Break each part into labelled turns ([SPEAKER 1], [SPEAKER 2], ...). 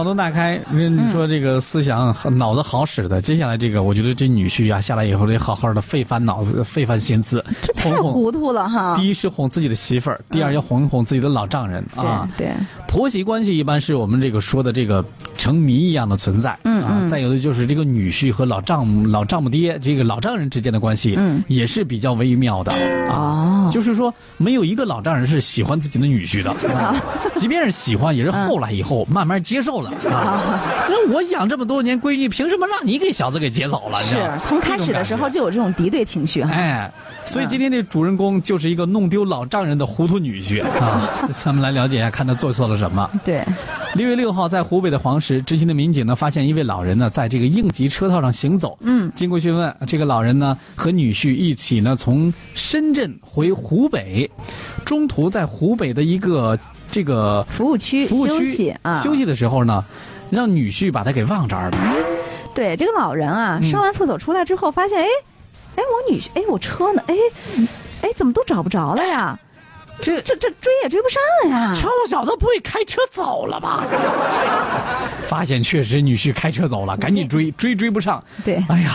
[SPEAKER 1] 脑洞大开，人
[SPEAKER 2] 嗯
[SPEAKER 1] 说这个思想、脑子好使的。接下来这个，我觉得这女婿啊下来以后得好好的费翻脑子、费翻心思，
[SPEAKER 2] 这
[SPEAKER 1] 哄
[SPEAKER 2] 太
[SPEAKER 1] 哄。
[SPEAKER 2] 糊涂了哈。
[SPEAKER 1] 第一是哄自己的媳妇儿，第二要哄一哄自己的老丈人、啊。
[SPEAKER 2] 对对，
[SPEAKER 1] 婆媳关系一般是我们这个说的这个成谜一样的存在，嗯啊，再有的就是这个女婿和老丈母、老丈母爹这个老丈人之间的关系，
[SPEAKER 2] 嗯
[SPEAKER 1] 也是比较微妙的啊，
[SPEAKER 2] 哦
[SPEAKER 1] 就是说没有一个老丈人是喜欢自己的女 婿的，
[SPEAKER 2] 哦
[SPEAKER 1] 啊、即便是喜欢，也是后来以后慢慢接受 了啊。
[SPEAKER 2] 哦
[SPEAKER 1] 那我养这么多年闺女，凭什么让你给小子给接走了？你知道
[SPEAKER 2] 是
[SPEAKER 1] 吗
[SPEAKER 2] 从开始的时
[SPEAKER 1] 这种
[SPEAKER 2] 候。
[SPEAKER 1] 感觉
[SPEAKER 2] 就有这种敌对情绪哈。
[SPEAKER 1] 哎，所以今天这主人公就是一个弄丢老丈人的糊涂女 婿
[SPEAKER 2] 哦
[SPEAKER 1] 啊！咱们来了解一下，看他做错了什么。
[SPEAKER 2] 对，
[SPEAKER 1] 六月六号，在湖北的黄石，执勤的民警呢发现一位老人呢在这个应急车道上行走。
[SPEAKER 2] 嗯，
[SPEAKER 1] 经过询问，这个老人呢和女婿一起呢从深圳回湖北，中途在湖北的一个这个
[SPEAKER 2] 服务区
[SPEAKER 1] 服务区
[SPEAKER 2] 休息啊，
[SPEAKER 1] 休息的时候呢，让女婿把他给忘这儿了。
[SPEAKER 2] 对，这个老人啊，
[SPEAKER 1] 嗯
[SPEAKER 2] 上完厕所出来之后，发现哎，哎，我女婿，哎，我车呢？哎，哎，怎么都找不着了呀？
[SPEAKER 1] 这
[SPEAKER 2] 这这追也追不上呀！
[SPEAKER 1] 臭小子不会开车走了吧？发现确实女婿开车走了，赶紧追，追追不上。
[SPEAKER 2] 对
[SPEAKER 1] 哎呀，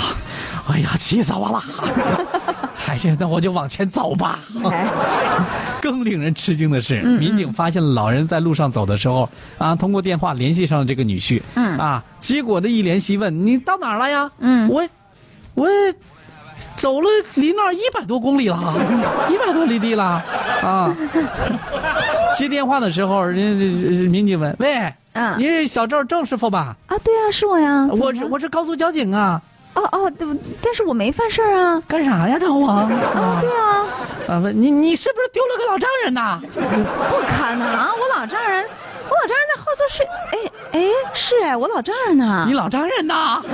[SPEAKER 1] 哎呀，气死我了！还是那我就往前走吧。
[SPEAKER 2] 哎，
[SPEAKER 1] 更令人吃惊的是，
[SPEAKER 2] 嗯
[SPEAKER 1] 民警发现老人在路上走的时候啊，通过电话联系上了这个女婿，
[SPEAKER 2] 嗯
[SPEAKER 1] 啊，结果呢一联系问你到哪儿了呀？
[SPEAKER 2] 嗯
[SPEAKER 1] 我我走了离那儿一百多公里了， 一百多里地了啊。 接电话的时候，人家这这民警问喂，
[SPEAKER 2] 嗯
[SPEAKER 1] 你是小赵郑师傅吧？
[SPEAKER 2] 啊，对啊，是我呀，怎么
[SPEAKER 1] 我是
[SPEAKER 2] 了
[SPEAKER 1] 我是高速交警啊，
[SPEAKER 2] 哦哦，对，但是我没犯事儿啊，
[SPEAKER 1] 干啥呀找我啊？
[SPEAKER 2] 对啊，
[SPEAKER 1] 啊问你你是不是丢了个老丈人呐？
[SPEAKER 2] 不可能，我老丈人，我老丈人在后座睡，哎哎，是哎，我老丈人呢
[SPEAKER 1] 你，老丈人呐！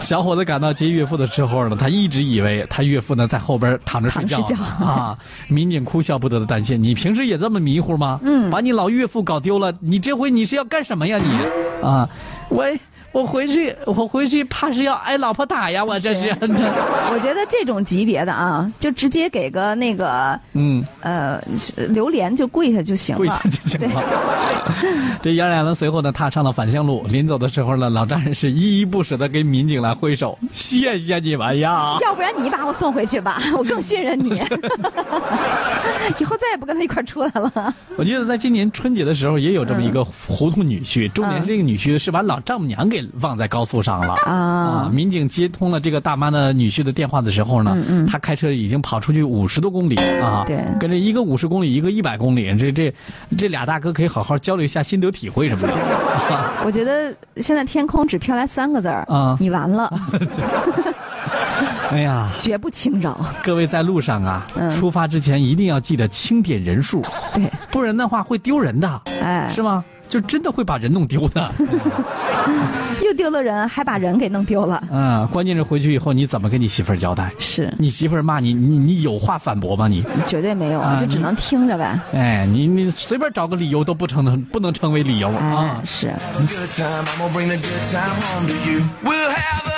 [SPEAKER 1] 小伙子赶到接岳父的时候呢，他一直以为他岳父呢在后边躺着睡觉呢
[SPEAKER 2] 躺着睡觉
[SPEAKER 1] 啊。民警哭笑不得的担心：“你平时也这么迷糊吗？
[SPEAKER 2] 嗯
[SPEAKER 1] 把你老岳父搞丢了，你这回你是要干什么呀你？啊，我我回去我回去怕是要挨老婆打呀，我这是。
[SPEAKER 2] 我觉得这种级别的啊，就直接给个那个
[SPEAKER 1] 嗯，
[SPEAKER 2] 呃榴莲就跪下就行了，
[SPEAKER 1] 跪下就行了。 这杨冉呢，随后呢踏上了返乡路。临走的时候呢，老丈人是依依不舍的跟民警来挥手：“谢谢你们呀。”
[SPEAKER 2] 要不然你把我送回去吧， 我更信任你。以后再也不跟他一块儿出来了。
[SPEAKER 1] 我记得在今年春节的时候，也有这么
[SPEAKER 2] 嗯
[SPEAKER 1] 一个糊涂女婿，重点是这个女婿是把老丈母娘给忘在高速上了。啊，
[SPEAKER 2] 啊，
[SPEAKER 1] 民警接通了这个大妈的女婿的电话的时候呢，
[SPEAKER 2] 嗯嗯
[SPEAKER 1] 他开车已经跑出去五十多公里啊，
[SPEAKER 2] 对
[SPEAKER 1] 跟着一个五十公里，一个一百公里，这这这俩大哥可以好好交流一下心得体会什么 的。
[SPEAKER 2] 我觉得现在天空只飘来三个字儿
[SPEAKER 1] 啊
[SPEAKER 2] 你完了，
[SPEAKER 1] 哎呀，
[SPEAKER 2] 绝不 轻饶。
[SPEAKER 1] 各位在路上啊，
[SPEAKER 2] 嗯
[SPEAKER 1] 出发之前一定要记得清点人数，
[SPEAKER 2] 对，
[SPEAKER 1] 不然的话会丢人的，
[SPEAKER 2] 哎
[SPEAKER 1] 是，吗？就真的会把人弄丢的。
[SPEAKER 2] 又丢了人，还把人给弄丢了。
[SPEAKER 1] 嗯，关键是回去以后你怎么跟你媳妇儿交代？
[SPEAKER 2] 是，
[SPEAKER 1] 你媳妇儿骂你，你你有话反驳吗？你，
[SPEAKER 2] 绝对没有，
[SPEAKER 1] 啊
[SPEAKER 2] 就只能听着呗。
[SPEAKER 1] 哎，你你随便找个理由都不成能不能成为理由啊
[SPEAKER 2] 哎，！是。
[SPEAKER 3] good time. I'm gonna bring the good time home to you. We'll have